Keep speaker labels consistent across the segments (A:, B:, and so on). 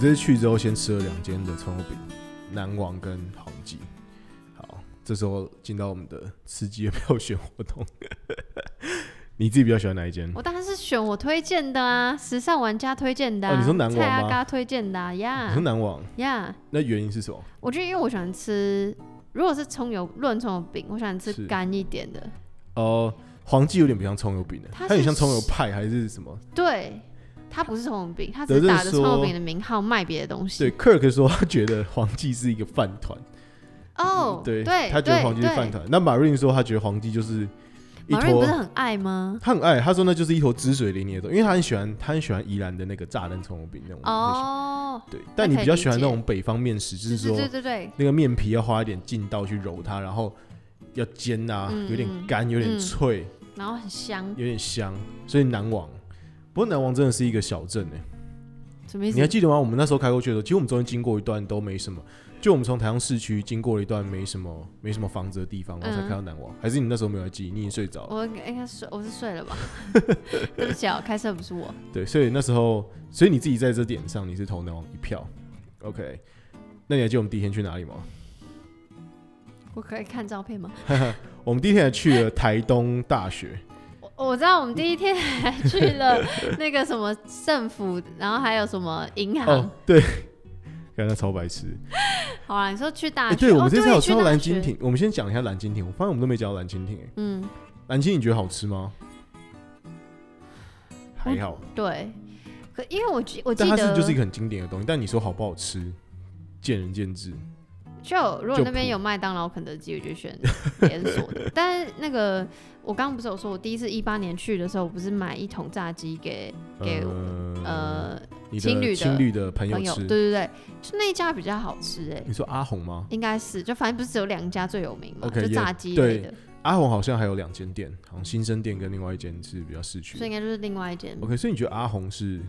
A: 这次去之后，先吃了两间的葱油饼，南王跟好记。好，这时候进到我们的吃鸡的票选活动， 你自己比较喜欢哪一间？
B: 我当然是选我推荐的啊，时尚玩家推荐的、啊
A: 哦你说南王
B: 蔡阿
A: 吗
B: 嘎推荐的啊
A: 你 说
B: 呀
A: 南王，
B: 呀
A: 那原因是什么？
B: 我觉得因为我喜欢吃，如果是葱油论葱油饼，我喜欢吃
A: 是
B: 干一点的。
A: 哦、黄记有点不像葱油饼的，
B: 它
A: 它有
B: 是
A: 点像葱油派还是什么？
B: 对，它不是葱油饼，它只
A: 德
B: 是
A: 正
B: 打着葱油
A: 说
B: 饼的名号卖别的东西
A: 对。，Kirk 说他觉得黄记是一个饭团，
B: 哦，
A: 嗯对，
B: 对，
A: 他觉得
B: 对
A: 黄记是
B: 对
A: 饭团。那马瑞说他觉得黄记就是一
B: 马瑞不是
A: 坨，
B: 很爱吗？
A: 他很爱，他说那就是一坨汁水淋漓的东西，因为他很喜欢，他很喜欢宜兰的那个炸弹葱油饼那种类型。
B: 哦，
A: 对，但你比较喜欢那种北方面食，就是是说
B: 对对对
A: 那个面皮要花一点劲道去揉它，然后要煎啊，
B: 嗯
A: 有点
B: 嗯
A: 干，有点
B: 嗯
A: 脆，
B: 对，然后很香，
A: 有点香，所以南王。不过南王真的是一个小镇哎、
B: 什么意
A: 你还
B: 思？
A: 记得吗？我们那时候开过去的时候，其实我们中间经过一段都没什么，就我们从台阳市区经过了一段没什么没什么房子的地方，然后才
B: 嗯哦
A: 开到南王。还是你那时候没有来记，你已经睡着了。
B: 我应该应该睡，我是 睡了吧？对不起啊，开车不是我。
A: 对，所以那时候，所以你自己在这点上你是投南王一票。OK，那你还记得我们第一天去哪里吗？
B: 我可以看照片吗？
A: 我们第一天还去了台东大学，
B: 我哦我知道我们第一天还去了那个什么政府，然后还有什么银行。
A: 哦，对， 看他超白痴。
B: 好啦，你说去大
A: 哎、
B: 学？
A: 对，我们
B: 哦
A: 这次还有吃
B: 去
A: 到
B: 大
A: 蓝
B: 学
A: 蜻蜓。我们先讲一下蓝蜻蜓，我发现我们都没讲到蓝蜻蜓、哎，
B: 嗯，
A: 蓝蜻蜓你觉得好吃吗？还好，
B: 对。可因为我记我记
A: 但它
B: 得
A: 是就是一个很经典的东西。但你说好不好吃，见仁见智。
B: 就如果
A: 就
B: 那边
A: 普
B: 有麦当劳、肯德基，我就选连 锁的。但是那个我刚刚不是有说，我第一次一八年去的时候，我不是买一桶炸鸡给给
A: 呃，
B: 呃
A: 你的
B: 情侣的
A: 情侣的朋友
B: 朋友，
A: 吃
B: 对，对对，就那一家比较好吃哎、
A: 你说阿红吗？
B: 应该是就反正不是只有两家最有名嘛
A: OK，
B: 就
A: 也
B: 炸鸡类的，
A: 阿红好像还有两间店，好像新生店跟另外一间是比较市区的
B: 所以。应该就是另外一间。
A: OK，所以你觉得阿红是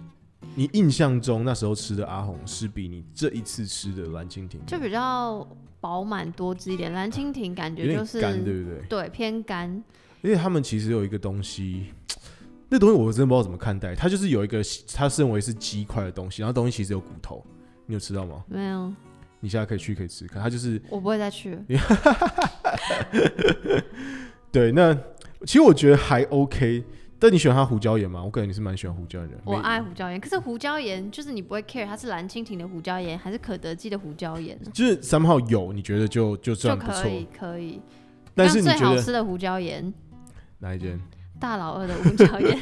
A: 你印象中那时候吃的阿红是比你这一次吃的蓝蜻蜓
B: 就比较饱满多汁一点。蓝蜻蜓感
A: 有
B: 觉就
A: 点
B: 是
A: 干，对不对？
B: 对偏干，
A: 因为他们其实有一个东西，那东西我真的不知道怎么看待，它就是有一个它认为是鸡块的东西，然后东西其实有骨头，你有吃到吗？
B: 没有，
A: 你现在可以去可以吃看，它就是
B: 我不会再去了。
A: 对那其实我觉得还 OK，但你喜欢它胡椒盐吗？我感觉你是蛮喜欢胡椒盐的，
B: 我
A: 没
B: 爱胡椒盐，可是胡椒盐就是你不会 care 它是蓝蜻蜓的胡椒盐还是肯德基的胡椒盐呢，
A: 就是三号有，你觉得就就
B: 就
A: 算不
B: 可
A: 错，
B: 以可以。
A: 但是你
B: 像最
A: 觉
B: 好
A: 得
B: 吃的胡椒盐，
A: 哪一间？
B: 大老二的胡椒 盐。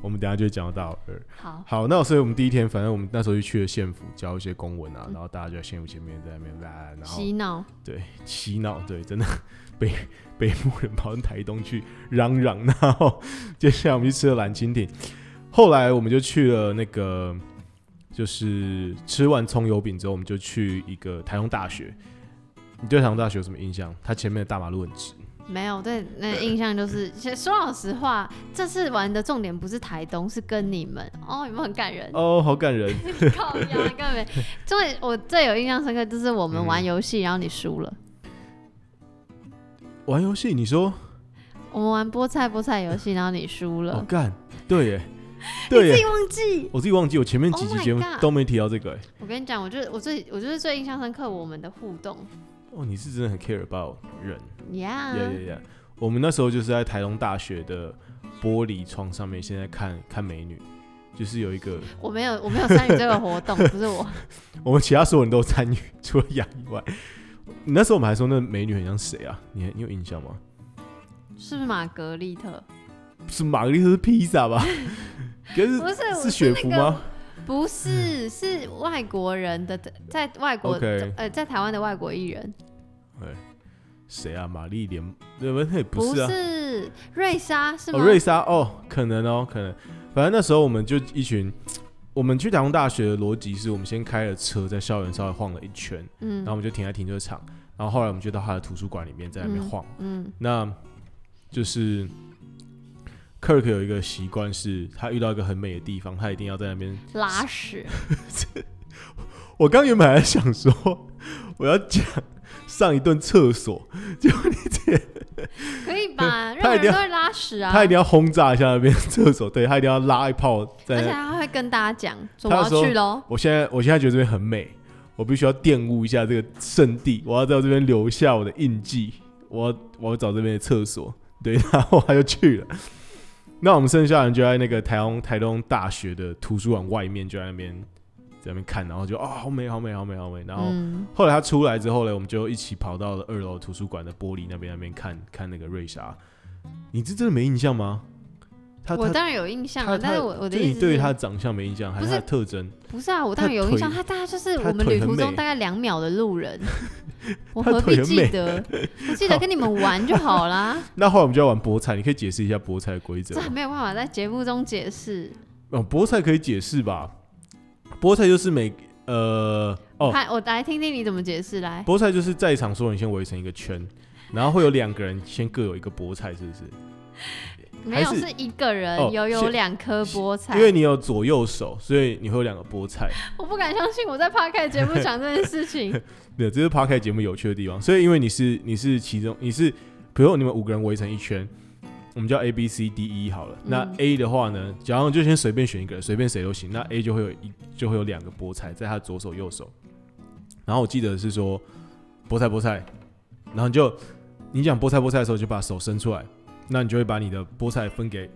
A: 我们等一下就会讲到大二。
B: 好，
A: 好，那所以我们第一天，反正我们那时候就去了县府交一些公文啊，然后大家就在县府前面在那边啦，然后
B: 嗯洗脑，
A: 对洗脑，对，真的 北北部人跑到台东去嚷嚷，然后接下来我们去吃了蓝蜻蜓，后来我们就去了那个，就是吃完葱油饼之后，我们就去一个台东大学。你对台东大学有什么印象？它前面的大马路很直，
B: 没有对那印象就是，其实说老实话，这次玩的重点不是台东，是跟你们哦，有没有很感人？
A: 哦，好感人，
B: 靠腰根本。重点我最有印象深刻就是我们玩游戏，然后你输了。
A: 玩游戏，你说，
B: 我们玩菠菜菠菜游戏，然后你输
A: 哦，
B: 了。
A: 干，对耶，对耶，
B: 忘记。
A: 我自己忘记，我前面几
B: Oh
A: 集
B: my
A: 节目
B: God
A: 都没提到这个、欸。
B: 我跟你讲，我就是我最我就是最印象深刻 我们的互动
A: 哦，你是真的很 care about 人，呀呀
B: ，Yeah，
A: 呀！我们那时候就是在台东大学的玻璃窗上面，现在看看美女，就是有一个
B: 我没有我没有参与这个活动，不是我，
A: 我们其他所有人都参与， 除了杨以外。那时候我们还说那美女很像谁啊？你还你有印象吗？
B: 是不是玛格丽特？
A: 是玛格丽特是披萨吧？可是
B: 不是我
A: 是雪
B: 那
A: 芙
B: 个
A: 吗？
B: 不是，是外国人的，在外国
A: OK
B: 呃在台湾的外国艺人，
A: 对，谁啊？玛丽莲？对不对？不
B: 不
A: 是啊，
B: 是瑞莎是吗？
A: 哦，瑞莎哦，可能哦，可能。反正那时候我们就一群，我们去台东大学的逻辑是我们先开了车在校园稍微晃了一圈，然后
B: 嗯
A: 我们就停在停车场，然后后来我们就到他的图书馆里面在那边晃。
B: 嗯
A: 那就是 Kirk 有一个习惯是，他遇到一个很美的地方，他一定要在那边。
B: 拉屎，
A: 我刚原本还想说我要讲上一顿厕所，结果你
B: 可以 吧？任
A: 他
B: 何
A: 一定
B: 人
A: 要
B: 都会拉屎啊，
A: 他一定要轰炸一下那边厕所，对他一定要拉一炮在
B: 而且
A: 那。
B: 他会跟大家讲说
A: 他
B: 我
A: 有
B: 要
A: 时候
B: 去喽。
A: 我现在我现在觉得这边很美，我必须要玷污一下这个圣地，我要在这边留下我的印记，我要我要找这边的厕所，对， 然后他就去了。那我们剩下人就在那个台东台东大学的图书馆外面，就在那边在那边看，然后就啊、好美好美好美好美，然后
B: 嗯，
A: 后来他出来之后呢，我们就一起跑到了二楼图书馆的玻璃那边那边看看那个瑞莎。你这真的没印象吗？他
B: 我
A: 他
B: 当然有印象
A: 他
B: 啊，但
A: 他
B: 是我我
A: 就
B: 的意
A: 你
B: 思
A: 对于
B: 是
A: 他的长相没印象，还是
B: 不
A: 他
B: 是
A: 的特征？
B: 不是啊，我当然有印象，他大概就是
A: 他
B: 我们
A: 腿
B: 旅
A: 很
B: 途中
A: 美
B: 大概两秒的 路人，我
A: 他
B: 何
A: 腿
B: 必
A: 很
B: 记
A: 美
B: 得？ 我记得跟你们玩就好啦，
A: 那后来我们就要玩菠菜，你可以解释一下菠菜的规则
B: 这
A: 吗
B: 还？没有办法在节目中解释。
A: 哦，菠菜可以解释吧？菠菜就是每呃哦，
B: 看，我来听听你怎么解释来。
A: 菠菜就是在场所有人先围成一个圈，然后会有两个人先各有一个菠菜，是不是？
B: 没有
A: 还是
B: 是一个人
A: 哦
B: 有有
A: 是
B: 两颗菠菜
A: 因，为你有左右手，所以你会有两个菠菜。
B: 我不敢相信我在 p 开节目讲这件事情。
A: 对，这是 p o d 节目有趣的地方。所以因为你是你是其中你是，比如你们五个人围成一圈，我们叫 A B C D E 好了。那
B: 嗯
A: A 的话呢，假如你就先随便选一个人，随便谁都行。那 A 就会有一就会有两个菠菜在他左手右手。然后我记得是说菠菜菠菜，然后你就你讲菠菜菠菜的时候，就把手伸出来，那你就会把你的菠菜分给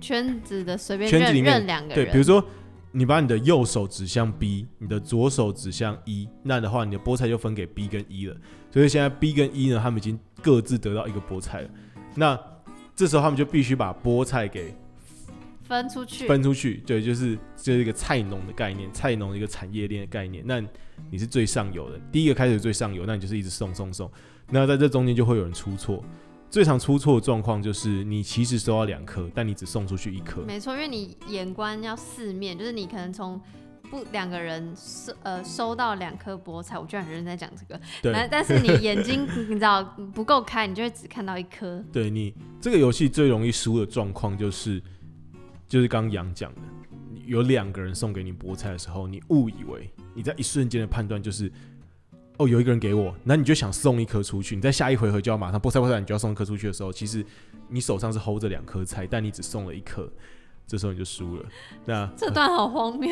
B: 圈子的随便
A: 圈子
B: 认
A: 里面
B: 认两个
A: 对，
B: 人，
A: 比如说你把你的右手指向 B，你的左手指向 E，那的话你的菠菜就分给 B 跟 E 了。所以现在 B 跟 E 呢，他们已经各自得到一个菠菜了。那这时候他们就必须把菠菜给
B: 分出去。
A: 分出去，对，就是就是一个菜农的概念，菜农的一个产业链的概念。那你是最上游的，第一个开始最上游，那你就是一直送送送。那在这中间就会有人出错，最常出错的状况就是你其实收到两颗，但你只送出去一颗。
B: 没错，因为你眼观要四面，就是你可能从不两个人收呃收到两颗菠菜，我居然很认真在讲这个，
A: 对，
B: 但但是你眼睛 你知道不够开，你就会只看到一颗。
A: 对你这个游戏最容易输的状况就是，就是刚刚杨讲的，有两个人送给你菠菜的时候，你误以为你在一瞬间的判断就是，哦，有一个人给我，那你就想送一颗出去，你在下一回合就要马上菠菜菠菜，你就要送一颗出去的时候，其实你手上是 hold 着两颗菜，但你只送了一颗，这时候你就输了。那
B: 这段好荒 谬，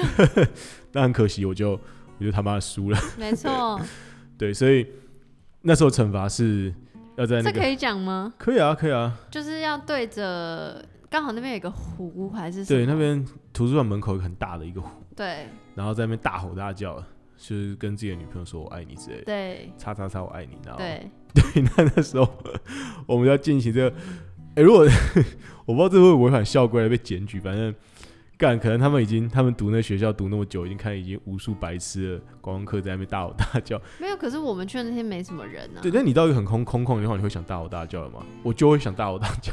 A: 那很可惜，我就我就他妈输了。
B: 没错，
A: 对，所以那时候惩罚是要在那
B: 这
A: 个
B: 可以讲吗？
A: 可以啊，可以啊，
B: 就是要对着，刚好那边有一个湖还是什么？
A: 对，那边图书馆门口有一个很大的一个湖。
B: 对
A: 然后在那边大吼大叫，就是跟自己的女朋友说“我爱你”之类的，
B: 对
A: 叉叉叉我爱你。然后
B: 对，
A: 那那时候我们要进行这个，哎、如果 我不知道这会不会违反校规被检举，反正干可能他们已经他们读那学校读那么久，已经看已经无数白痴的观光客在那边大吼大 叫。
B: 没有。可是我们去的那天没什么人啊，
A: 对，但你到一个很空空旷的地方，你会想大吼大叫的吗？我就会想大吼大叫。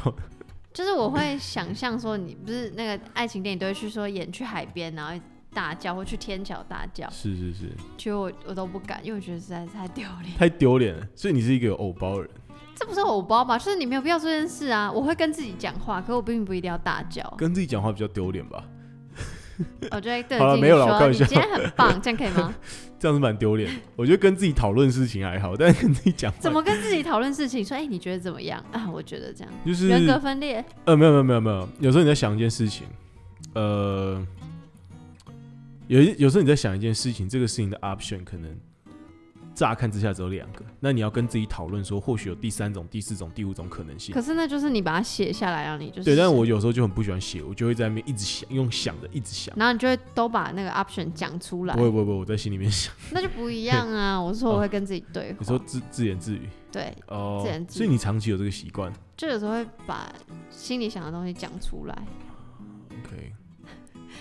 B: 就是我会想象说，你不是那个爱情电影都会去说演去海边，然后大叫或去天桥大叫，
A: 是是是，
B: 其实我我都不敢，因为我觉得实在是太丢脸。
A: 太丢脸了。所以你是一个有偶包的人，
B: 这不是偶包吧？就是你没有必要做这件事啊。我会跟自己讲话，可我并不一定要大叫，
A: 跟自己讲话比较丢脸吧？
B: 我就会对
A: 好了
B: 着自己
A: 没有啦我开玩
B: 说：“你
A: 笑
B: 今天很棒，这样可以 吗
A: 这样是蛮丢脸的。我觉得跟自己讨论事情还好，但是跟自己讲？”
B: 怎
A: 话
B: 么跟自己讨论事情？说：“哎、你觉得怎么样啊？”我觉得这样
A: 就是
B: 人格分裂，
A: 呃，没有没有没有没有，有时候你在想一件事情，呃，有一有时候你在想一件事情，这个事情的 option 可能乍看之下只有两个，那你要跟自己讨论说，或许有第三种、第四种、第五种可能性
B: 可。是那就是你把它写下来，让你就是
A: 对，但我有时候就很不喜欢写，我就会在那边一直想，用想的一直想。
B: 然后你就会都把那个 option 讲出来
A: 不，会不会不会，我在心里面想。
B: 那就不一样啊。我说我会跟自己对话，
A: 你说自自言自语
B: 对，
A: 哦
B: 自言，自语
A: 所以你长期有这个习惯。
B: 就有时候会把心里想的东西讲出来。
A: OK，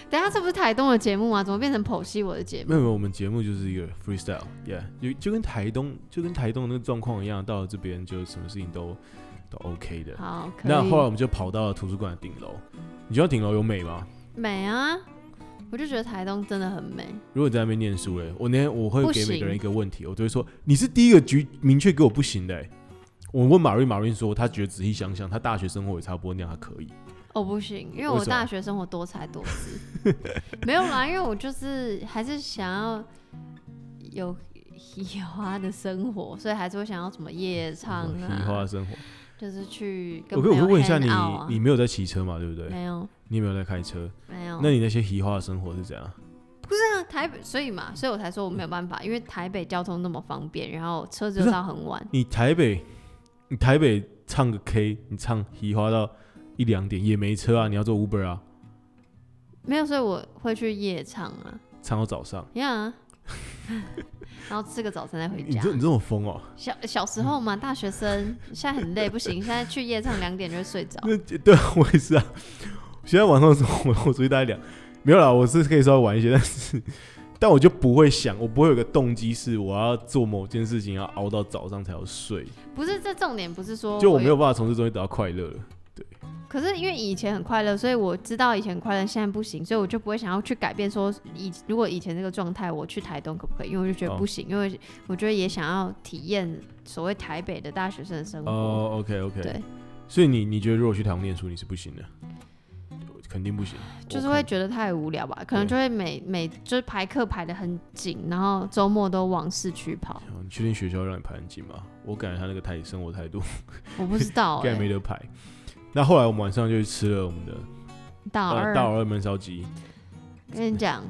B: 等一下这不是台东的节目吗？怎么变成剖析我的节目？
A: 没有没有，我们节目就是一个 freestyle，yeah，就就跟台东就跟台东那个状况一样，到了这边就什么事情都都 OK 的。
B: 好，可以。
A: 那后来我们就跑到了图书馆的顶楼。你觉得顶楼有美吗？
B: 美啊！我就觉得台东真的很美，
A: 如果你在那边念书嘞，我那天我会
B: 不
A: 给每个
B: 行
A: 人一个问题，我都会说你是第一个举明确给我不行的、欸。我问马瑞，马瑞说他觉得仔细想想，他大学生活也差不多那样，他可以。
B: 哦不行，因为
A: 为
B: 我
A: 什么
B: 大学生活多才多姿， 没有啦，因为我就是还是想要 有野花的生活，所以还是会想要什么夜唱
A: 嗯
B: 啊，
A: 花的生活，
B: 就是去跟
A: 我可
B: 朋
A: 以我
B: 友
A: 可以问一下你
B: hang out 啊，
A: 你没有在骑车嘛？对不对？
B: 没有
A: 你也没有在开车，
B: 没有，
A: 那你那些移花的生活是怎样？
B: 那台北，所以嘛，所以我才说我没有办法，因为台北交通那么方便，然后车子
A: 不
B: 又
A: 是啊
B: 到很晚，
A: 你台北，你台北唱个 K，你唱移花到一两点也没车啊，你要做 Uber 啊，
B: 没有，所以我会去夜唱啊，
A: 唱到早上。
B: 呀、 然后吃个早餐再回
A: 你
B: 家
A: 这。你这么疯哦、
B: 小小时候嘛，大学生现在很累，不行，现在去夜唱两点就会睡着。
A: 那对啊，我也是啊。现在晚上的时候我我 出去大概两，没有啦，我是可以稍微晚一些， 但是但我就不会想，我不会有个动机是我要做某件事情要熬到早上才要睡，
B: 不是，这重点不是说
A: 就我没有办法从这中间得到快乐了。
B: 可是因为以前很快乐，所以我知道以前快乐，现在不行，所以我就不会想要去改变说以如果以前这个状态，我去台东可不可以？因为我就觉得
A: 哦
B: 不行，因为我觉得也想要体验所谓台北的大学生的生活。
A: 哦、o k OK，
B: 对，
A: 所以你你觉得如果去台湾念书你是不行的，肯定不行，
B: 就是
A: 我
B: 会
A: 看
B: 觉得太无聊吧，可能就会每每就是排课排的很紧，然后周末都往市区跑。
A: 哦你确定学校让你排很紧吗？我感觉他那个态生活态度
B: 我不知 道、
A: 该没
B: 欸，
A: 得排。那后来我们晚上就去吃了我们的
B: 大
A: 呃
B: 二
A: 大碗焖烧鸡，
B: 跟你讲，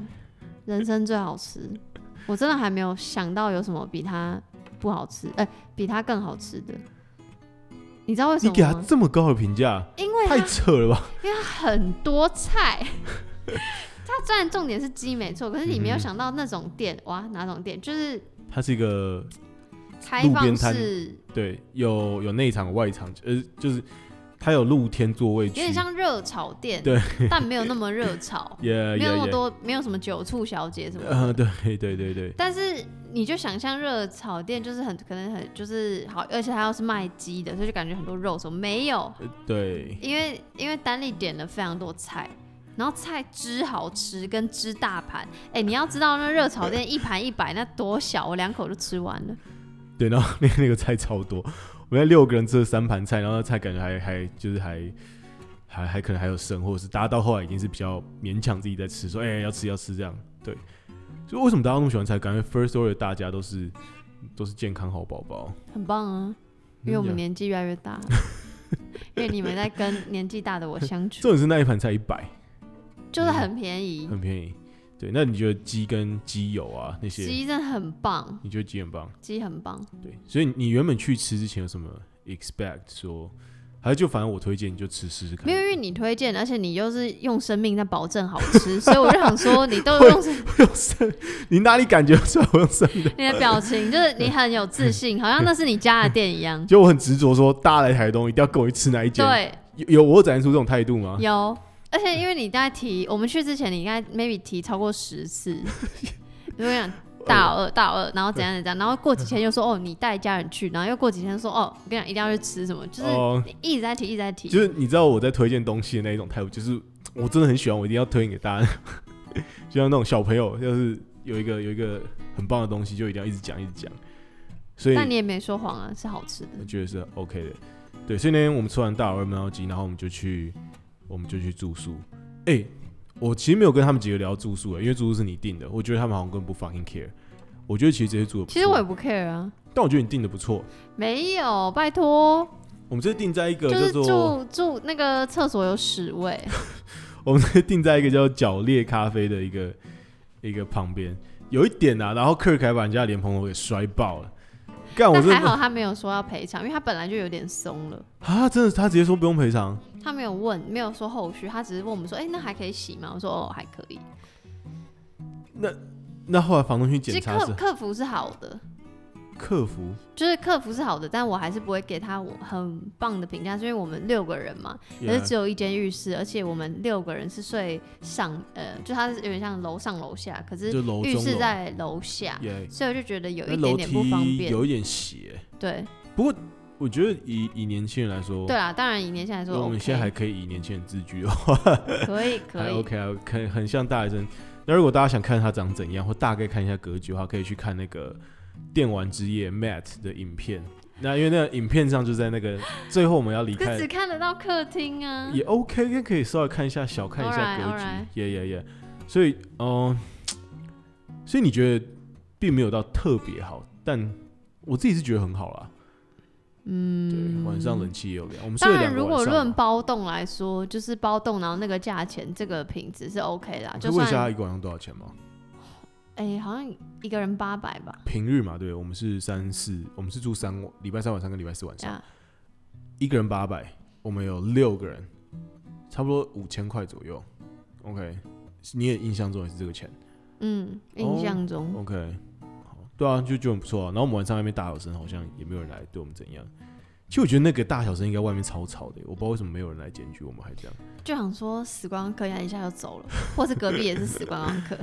B: 人生最好吃，我真的还没有想到有什么比它不好吃，哎、比它更好吃的。你知道为什
A: 你给
B: 么啊
A: 他
B: 吗？
A: 这么高的评价，
B: 因为
A: 太
B: 它
A: 扯了吧？
B: 因为它很多菜， 它虽然重点是鸡没错，可是你没有
A: 嗯哼
B: 想到那种店，哇，哪种店就是
A: 它是一个
B: 开
A: 路边
B: 放
A: 摊
B: 式，
A: 对，有有内场有外场，呃，就是它有露天座位
B: 有
A: 区，
B: 点像热炒店，
A: 对，，
B: 但没有那么热炒
A: 也
B: 没有那
A: 也
B: 么
A: 也，
B: 多，没有什么酒醋小姐什么的。
A: 呃，对对对对，
B: 但是你就想象热炒店就是很可能很就是好，而且它要是卖鸡的，所以就感觉很多肉什么没有，
A: 呃对，
B: 因为因为丹丽点了非常多菜。然后菜之好吃跟之大盘，哎，你要知道那热炒店一盘一百那多小，我两口就吃完了。
A: 对，然后那那个菜超多，我们那六个人吃了三盘菜，然后那菜感觉还还就是还还还可能还有剩，或者是大家到后来已经是比较勉强自己在吃，说哎、要吃要吃这样，对，就为什么大家那么喜欢菜？感觉 First Story 的大家都是都是健康好宝宝，
B: 很棒啊，因为我
A: 嗯
B: 们年纪越来越大，因为你们在跟年纪大的我 相处，
A: 重点是那一盘菜一百，
B: 就是很便宜，
A: 很便宜。对，那你觉得鸡跟鸡油啊那些，
B: 鸡真的很棒，
A: 你觉得鸡很棒？
B: 鸡很棒。
A: 对，所以你原本去吃之前有什么 expect 说，还是就反正我推荐你就吃试试看
B: 没。有，因为你推荐，而且你又是用生命在保证好 吃，所以我就想说，你都用生
A: 用生，你哪里感觉出来我用生的？
B: 你的表情，就是你很有自信，好像那是你家的店 一样。
A: 就我很执着说，大家来台东一定要跟我去吃哪一间。
B: 对，
A: 有有我有展现出这种态度吗？
B: 有，而且因为你大概提，我们去之前你应该 maybe 提超过十次， 因为讲大二大二，然后怎样怎样，然后过几天又说哦你带家人去，然后又过几天说哦我跟你讲一定要去吃什么，就是
A: 哦、
B: 一直在提一直在提，
A: 就是你知道我在推荐东西的那一种态度，就是我真的很喜欢，我一定要推荐给大家。 就像那种小朋友，要是有一个有一个很棒的东西，就一定要一直讲一直讲。所以
B: 但你也没说谎啊，是好吃的。
A: 我觉得是 OK 的。对，所以那天我们吃完大碗焖烧鸡，然后我们就去，我们就去住宿。哎、我其实没有跟他们几个聊住宿、欸，因为住宿是你定的，我觉得他们好像根本不 fucking care。我觉得其实这些住的，
B: 其实我也，不 care 啊，
A: 但我觉得你定的不错。
B: 没有，拜托，
A: 我们这定在一个
B: 就是
A: 叫做，
B: 住住那个厕所有屎 味，
A: 我们这定在一个叫角裂咖啡的一个一个旁边，有一点啊，然后克尔凯把人家的莲蓬头给摔爆了。干，我
B: 但
A: 真
B: 还
A: 的
B: 好他没有说要赔偿，因为他本来就有点松了，
A: 啊，真的，他直接说不用赔偿。
B: 他没有问，没有说后续，他只是问我们说，哎、那还可以洗吗？我说哦，还可以。
A: 那后来房东去
B: 其
A: 检
B: 实
A: 查是
B: 客客服是好的，
A: 客服，
B: 就是客服是好的，但我还是不会给他我很棒的评价，是因为我们六个人嘛，可是
A: yeah
B: 只有一间浴室，而且我们六个人是睡上，呃，就它是有点像楼上楼下，可是
A: 就楼
B: 浴
A: 中
B: 室
A: 楼
B: 在楼下，
A: yeah
B: 所以我就觉得有
A: 那
B: 一
A: 楼
B: 点点
A: 梯
B: 不方便。
A: 有一点斜。
B: 对
A: 我觉得以以年轻人来说，
B: 对啦，当然以年下来
A: 如
B: 说
A: 果
B: OK，
A: 我们现在还可以以年轻人自居的话，
B: 可 以
A: 还
B: 可以
A: OK 啊，可以很像大学生。那如果大家想看他长怎样，或大概看一下格局的话，可以去看那个电玩之夜 Matt 的影片。那因为那个影片上就在那个最后我们要离
B: 可
A: 开
B: 只，看得到客厅啊。
A: 也 OK，也可以稍微看一下小看一下
B: Alright，
A: 格
B: alright
A: 局，也也也。所以，嗯、所以你觉得并没有到特别好，但我自己是觉得很好啦。对，晚上冷气也有凉。我们睡
B: 嗯当
A: 了两
B: 然，
A: 个
B: 如果
A: 晚上
B: 论
A: 嘛。
B: 包栋来说，就是包栋，然后那个价钱，这个品质是 OK 啦。
A: 我可
B: 就
A: 以问一下他
B: 算
A: 一个晚上多少钱吗？
B: 哎、好像一个人八百吧，
A: 平日嘛，对，我们是三四，
B: 嗯
A: 我们是住三晚礼拜三晚上跟礼拜四晚
B: 这
A: 上，
B: 样
A: 一个人八百，我们有六个人，差不多五千块左右。OK，你也印象中也是这个钱。
B: 嗯，
A: 哦
B: 印象中、
A: OK，好，对啊，就就很不错啊。然后我们晚上外面大小声，好像也没有人来对我们怎样。其实我觉得那个大小声应该外面超吵的，我不知道为什么没有人来检举我们还这样。
B: 就想说死观光客，一下就走了，或是隔壁也是死观光 客，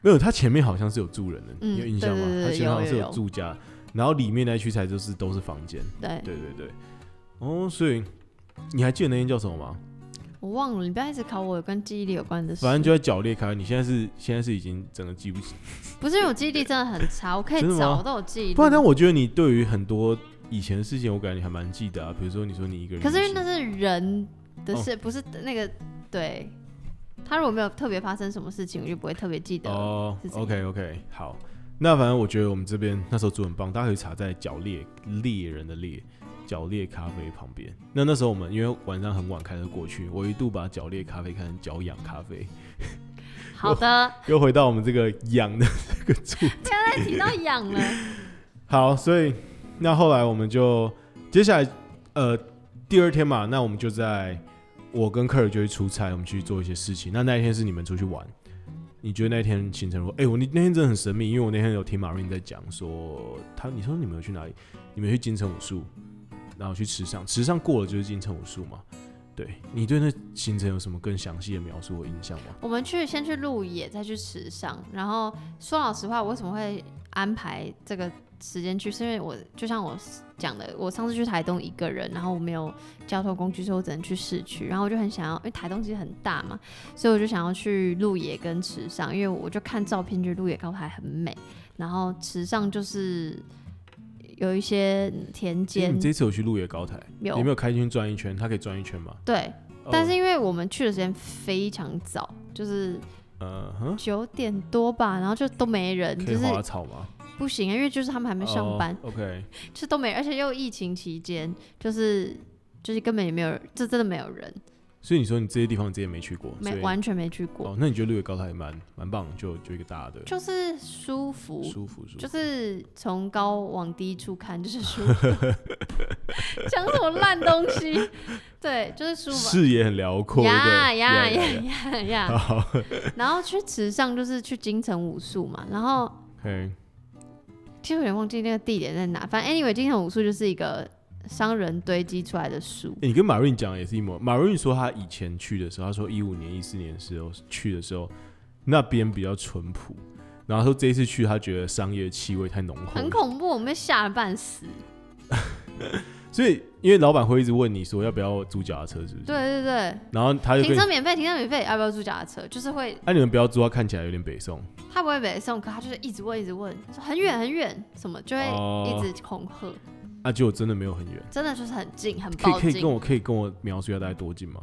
A: 没有，他前面好像是有住人的，
B: 嗯
A: 你有印象吗？
B: 对对对
A: 他前面好像是
B: 有有
A: 有
B: 有
A: 住家，然后里面那区才就是都是房间。
B: 对
A: 对对对，哦，所以你还记得那天叫什么吗？
B: 我忘了，你不要一直考我有跟记忆力有关的事。
A: 反正就在脚裂开。你现在是现在是已经整个记不起，
B: 不是因为我记忆力真的很差，我可
A: 真
B: 以
A: 的吗
B: 找到我记忆力。
A: 不然呢？我觉得你对于很多以前的事情，我感觉你还蛮记得啊。比如说你说你一个人
B: 可
A: 旅行，
B: 是因为那是
A: 哦
B: 人的事，不是那个对。他如果没有特别发生什么事情，我就不会特别记得。
A: 哦
B: 是怎样
A: ，OK OK，好。那反正我觉得我们这边那时候住很棒，大家可以查在脚裂猎人的猎脚裂咖啡旁边。那那时候我们因为晚上很晚开车过去，我一度把脚裂咖啡看成脚痒咖啡，
B: 好的，
A: 又回到我们这个痒的这个主
B: 不要再提到痒了。
A: 好，所以那后来我们就接下来呃第二天嘛，那我们就在我跟克尔就去出差，我们去做一些事情。那那一天是你们出去玩，你觉得那一天行程如何？哎、我那那天真的很神秘，因为我那天有听马瑞在讲说，他你说你们有去哪里？你们有去金城武术，然后去池上，池上过了就是金城武术嘛。对你对那行程有什么更详细的描述或印象吗？
B: 我们去先去鹿野，再去池上。然后说老实话，我为什么会安排这个时间去？是因为我就像我讲的，我上次去台东一个人，然后我没有交通工具，所以我只能去市区。然后我就很想要，因为台东其实很大嘛，所以我就想要去鹿野跟池上，因为我就看照片，觉得鹿野高台很美，然后池上就是有一些田
A: 因为
B: 间
A: 你，这次有去鹿野高台，
B: 有
A: 你没有开进去转一圈？它可以转一圈吗？
B: 对。
A: 哦
B: 但是因为我们去的时间非常早，就是
A: 呃哼。
B: 九点多吧，然后就都没人，
A: 可以
B: 就是
A: 滑草吗？
B: 不行啊，因为就是他们还没上班，
A: 哦 OK，
B: 就都没，而且又疫情期间，就是就是根本也没有，这真的没有人，
A: 所以你说你这些地方你自己也没去过，所
B: 没
A: 以
B: 完全没去过，
A: 哦，那你觉得绿野高台也蛮蛮棒，就就一个大的
B: 就是舒服，
A: 舒服舒服。
B: 就是从高往低处看就是舒 服，讲什么烂东西，对，就是舒服。
A: 视野很辽阔，对不
B: 呀
A: 对
B: 呀
A: 呀
B: 呀
A: 呀！
B: 呀呀！
A: 好
B: 然后去池上就是去京城武术嘛，然后
A: ，OK，
B: 其实我有点忘记那个地点在哪，反正 anyway，京城武术就是一个商人堆积出来的树，
A: 欸你跟马瑞讲的也是一模。马瑞说他以前去的时候，他说一五年、一四年的时候去的时候，那边比较淳朴，然后说这一次去他觉得商业气味太浓厚
B: 很
A: 了，
B: 恐怖，我们被吓得半死。
A: 所以因为老板会一直问你说要不要租脚踏车，是不是？。
B: 对对
A: 然后他
B: 对，
A: 就跟
B: 停
A: 你
B: 车，免费，停车免费，要不要租脚踏车？就是会，
A: 哎，你们不要租，他看起来有点北宋。
B: 他不会北送，可他就是一直问，一直问，说很远很远，什么就会
A: 哦
B: 一直恐吓，
A: 啊，结果真的没有很远。
B: 真的就是很近，很
A: 可以
B: 暴
A: 可以
B: 近。
A: 跟
B: 我
A: 我可以跟我描述一下大概多近吗？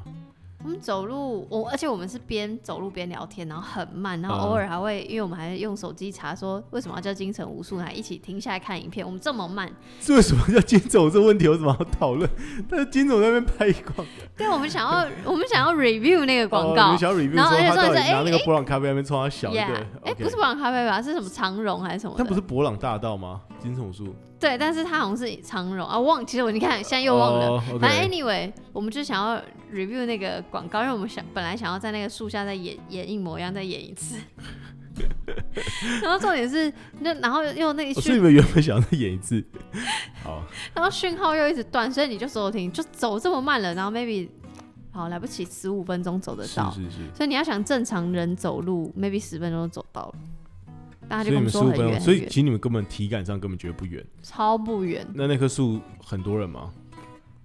B: 们走路，我而且我们是边走路边聊天，然后很慢，然后
A: 嗯
B: 偶尔还会，因为我们还用手机查说为什么要叫京城武术，还一起停下来看影片。我们这么慢，
A: 这为什么叫金总这问题有什么好讨论？ 但是金总在那边拍广
B: 对，我们想要我们想要 review 那个广
A: 哦、你
B: 告
A: 们。想要 review
B: 然后
A: 说他到
B: 而且重
A: 底
B: 点是
A: 拿那个
B: 哎哎
A: 博朗咖啡那边冲他小一个
B: Yeah，哎，
A: OK
B: 不是广咖啡吧？是什么长荣还是什么的？
A: 但不是博朗大道吗？金总树
B: 对，但是他好像是长荣啊，忘，其实我你看现在又忘了。
A: 哦，OK
B: 反正 anyway，我们就想要 review 那个广告，因为我们想本来想要在那个树下再演演一模一样，再演一 次。然后重点是，那然后又那一
A: 哦所以
B: 讯，
A: 你们原本想要再演一次，好，
B: 然后讯号又一直断，所以你就所有停，就走这么慢了，然后 maybe 好来不起十五分钟走得
A: 是
B: 到，
A: 是是，
B: 所以你要想正常人走路 maybe 十分钟就走到了，大家
A: 所
B: 就
A: 以
B: 跟
A: 你
B: 我
A: 们
B: 们
A: 十
B: 说
A: 五
B: 很
A: 分钟，
B: 远
A: 所
B: 很
A: 以
B: 远
A: 其，实你们根本体感上根本觉得不远。
B: 超不远。
A: 那那棵树很多人吗？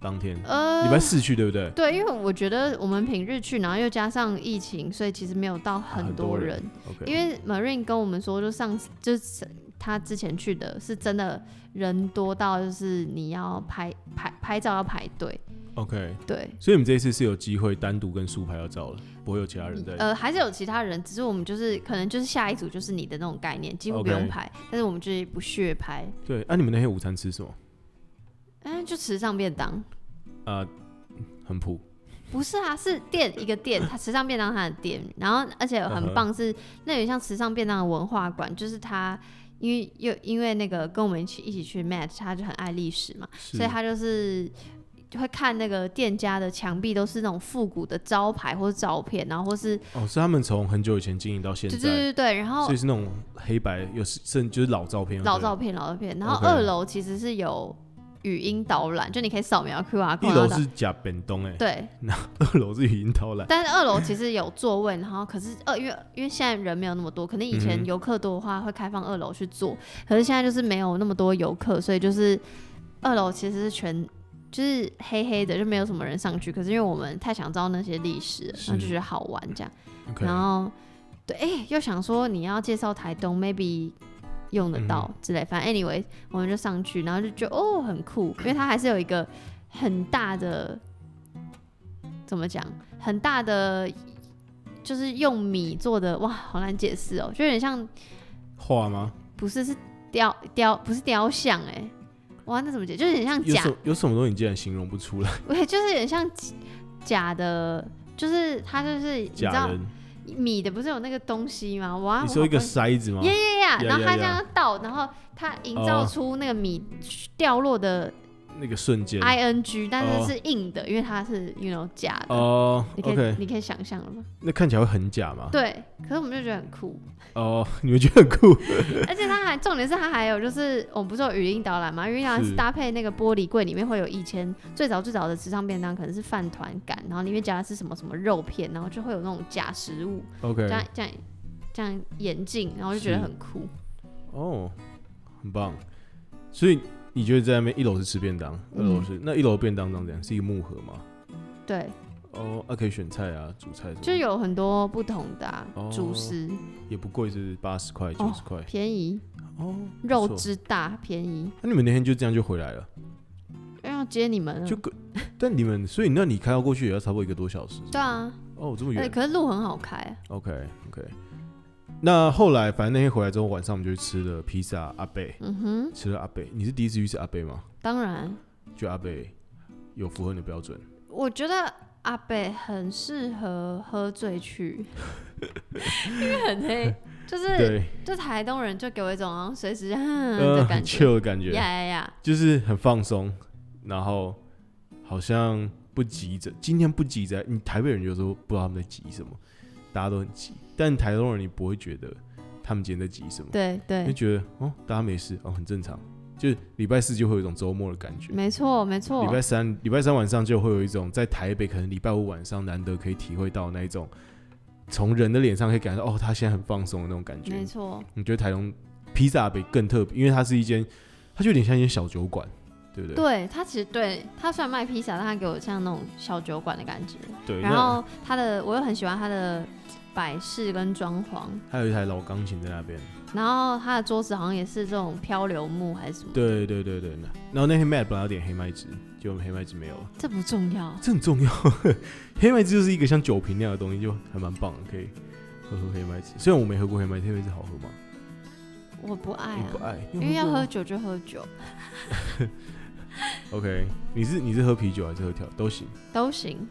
A: 当天礼
B: 呃，
A: 拜四去对不对？
B: 对，因为我觉得我们平日去，然后又加上疫情，所以其实没有到很
A: 啊很
B: 多
A: 多
B: 人。
A: 人 OK，
B: 因为 Marine 跟我们说，就上次就是他之前去的是真的人多到，就是你要拍拍拍照要排队，
A: OK，
B: 对。
A: 所以你们这一次是有机会单独跟树拍到照了，不会有其他人在。
B: 呃，还是有其他人，只是我们就是可能就是下一组就是你的那种概念，几乎不
A: OK
B: 用排但是我们就是不屑拍，
A: 啊对，那、你们那天午餐吃什么？
B: 哎、就池上便当，
A: 呃，很普，
B: 不是啊，是店一个店，它池上便当它的店，然后而且很
A: 嗯
B: 棒是，那有点像池上便当的文化馆，就是它因为又因为那个跟我们一起一起去 Matt，他就很爱历史嘛，
A: 是
B: 所以他就是就会看那个店家的墙壁都是那种复古的招牌或是照片，然后或是
A: 哦，是他们从很久以前经营到现
B: 对对
A: 在，
B: 对对，然后
A: 所以是那种黑白，有时甚就是老照片，
B: 哦
A: 啊
B: 老
A: 对
B: 照片老照片，然后
A: OK
B: 二楼其实是有语音导览，就你可以扫描 QR code，
A: 一
B: 然后
A: 楼
B: 导
A: 是假本东哎，
B: 对，
A: 二楼是语音导览，
B: 但是二楼其实有座位，然后可是呃二因为因为现在人没有那么多，可能以
A: 嗯
B: 前
A: 哼
B: 游客多的话会开放二楼去坐，可是现在就是没有那么多游客，所以就是二楼其实是全就是黑黑的，就没有什么人上去。可是因为我们太想知道那些历史了，
A: 是
B: 然后就觉得好玩这样，
A: OK
B: 然后对哎、又想说你要介绍台东，maybe。用得
A: 嗯
B: 到之类，反正 anyway，我们就上去，然后就觉得哦很酷，因为它还是有一个很大的怎么讲，很大的就是用米做的，哇，好难解释哦，就有点像
A: 画吗？
B: 不是是雕雕，不是雕像哎、哇，那怎么解？就是有点像
A: 有
B: 假
A: 什，有什么东西你竟然形容不出来？
B: 对，就是有点像假假的，就是它就是你知
A: 假
B: 道
A: 人，
B: 米的不是有那个东西吗？哇，
A: 你说一个筛子吗？
B: 耶耶呀，
A: 呀
B: 然后它
A: 呀
B: 这样倒，然后它营造
A: 哦
B: 出那个米掉落的
A: 那个瞬间
B: i n g，但
A: 哦
B: 是是硬的，因为它是 you know 假的。
A: 哦
B: 你可以
A: ，OK，
B: 你可以想象了吗？
A: 那看起来会很假吗？
B: 对，可是我们就觉得 很酷，
A: 哦，你们觉得很酷？
B: 而且它还重点是它还有就是我们不是有语音导览吗？语音导览
A: 是
B: 是搭配那个玻璃柜里面会有以前最早最早的时尚便当，可能是饭团感，然后里面夹的是什么什么肉片，然后就会有那种假食物，
A: OK，
B: 这样这样这样演进，然后就觉得
A: 是
B: 很酷。
A: 哦，很棒。所以你觉得在那边一楼是吃便当，二楼
B: 嗯
A: 是、那一楼便当长怎样？是一个木盒吗？
B: 对，
A: 哦，那、可以选菜啊，主菜什么的，
B: 就有很多不同的、啊
A: 哦
B: 主食，
A: 也不贵，就是八十块、九十块。
B: 便宜，
A: 哦，
B: 肉
A: 不错
B: 之大便宜，
A: 那、你们那天就这样就回来了，
B: 因为要接你们了
A: 就。个。但你们，所以那你开到过去也要差不多一个多小时。
B: 对啊，
A: 哦，这么
B: 对，
A: 远。
B: 可是路很好开啊、
A: OK OK。那后来，反正那天回来之后，晚上我们就去吃了披萨阿贝，
B: 嗯哼，
A: 吃了阿贝。你是第一次去吃阿贝吗？
B: 当然，
A: 就阿贝有符合你的标准。
B: 我觉得阿北很适合喝醉去，因为很黑，就是
A: 对，
B: 就台东人就给我一种好像随时嗯
A: 呃，
B: 的
A: 很
B: 感觉，
A: chill 的感觉。
B: 呀呀呀！
A: 就是很放松，然后好像不急着，今天不急着。你台北人有时候不知道他们在急什么，大家都很急，但台东人你不会觉得他们今天在急什么，
B: 对
A: 你就
B: 对，
A: 觉得哦，大家没事哦，很正常。就是礼拜四就会有一种周末的感觉，
B: 没错没错
A: 礼，拜三礼拜三晚上就会有一种在台北可能礼拜五晚上难得可以体会到那一种从人的脸上可以感受到哦，他现在很放松的那种感觉。
B: 没错，
A: 你觉得台东披萨北更特别，因为它是一间，它就有点像一间小酒馆，对不对？
B: 对他其实对他虽然卖披萨，但他给我像那种小酒馆的感觉。
A: 对，
B: 然
A: 那
B: 后他的我又很喜欢他的摆饰跟装潢，
A: 还有一台老钢琴在那边。
B: 然后他的桌子好像也是这种漂流木还是什么，
A: 对对对对，那然后那天 Matt 本来要点黑麦汁，结果黑麦汁没有了，
B: 这不重要。
A: 这很重要。 黑麦汁就是一个像酒瓶那样的东西，就还蛮棒的，可以喝喝黑麦汁。虽然我没喝过黑麦汁，黑麦汁好喝吗？
B: 我不爱
A: 你不
B: 啊，
A: 爱，
B: 因为
A: 你有
B: 要
A: 过
B: 喝
A: 吗。
B: 酒就喝酒，
A: OK，你是你是喝啤酒还是喝调都行。
B: 都行。